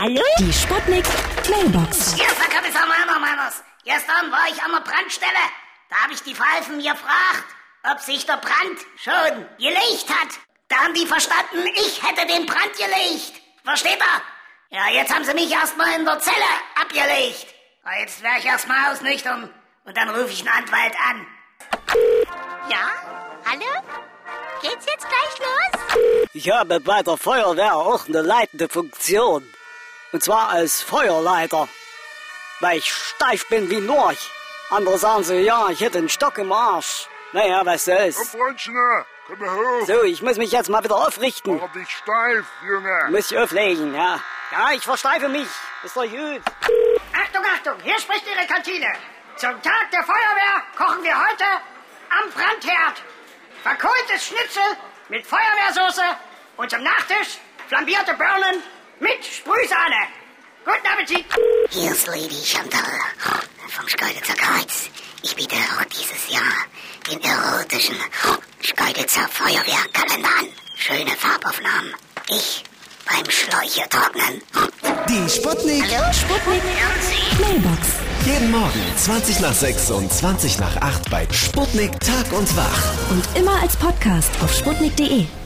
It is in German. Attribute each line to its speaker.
Speaker 1: Hallo?
Speaker 2: Die Sputnik Mailbox.
Speaker 3: Hier ist der Kommissar Meinermeiners. Gestern war ich an der Brandstelle. Da habe ich die Pfeifen gefragt, ob sich der Brand schon gelegt hat. Da haben die verstanden, ich hätte den Brand gelegt. Versteht ihr? Ja, jetzt haben sie mich erstmal in der Zelle abgelegt. Aber jetzt werde ich erstmal ausnüchtern und dann rufe ich einen Anwalt an.
Speaker 1: Ja? Hallo? Geht's jetzt gleich los?
Speaker 4: Ich habe bei der Feuerwehr auch eine leitende Funktion. Und zwar als Feuerleiter. Weil ich steif bin wie Norch. Andere sagen sie, ja, ich hätte einen Stock im Arsch. Naja, was soll's.
Speaker 5: Freundchen, ne? komm mal hoch.
Speaker 4: So, ich muss mich jetzt mal wieder aufrichten.
Speaker 5: Mach dich steif, Junge.
Speaker 4: Muss ich auflegen, ja. Ja, ich versteife mich. Ist doch gut.
Speaker 3: Achtung, Achtung, hier spricht Ihre Kantine. Zum Tag der Feuerwehr kochen wir heute am Brandherd verkohltes Schnitzel mit Feuerwehrsoße und zum Nachtisch flambierte Birnen mit Sprühsahne. Guten Appetit!
Speaker 6: Hier ist Lady Chantal vom Schkeuditzer Kreuz. Ich biete auch dieses Jahr den erotischen Schkeuditzer Feuerwehrkalender an. Schöne Farbaufnahmen. Ich beim Schläuche trocknen.
Speaker 7: Die Sputnik.
Speaker 2: Sputnik Mailbox.
Speaker 7: Jeden Morgen 20 nach 6 und 20 nach 8 bei Sputnik Tag und Wach.
Speaker 2: Und immer als Podcast auf sputnik.de.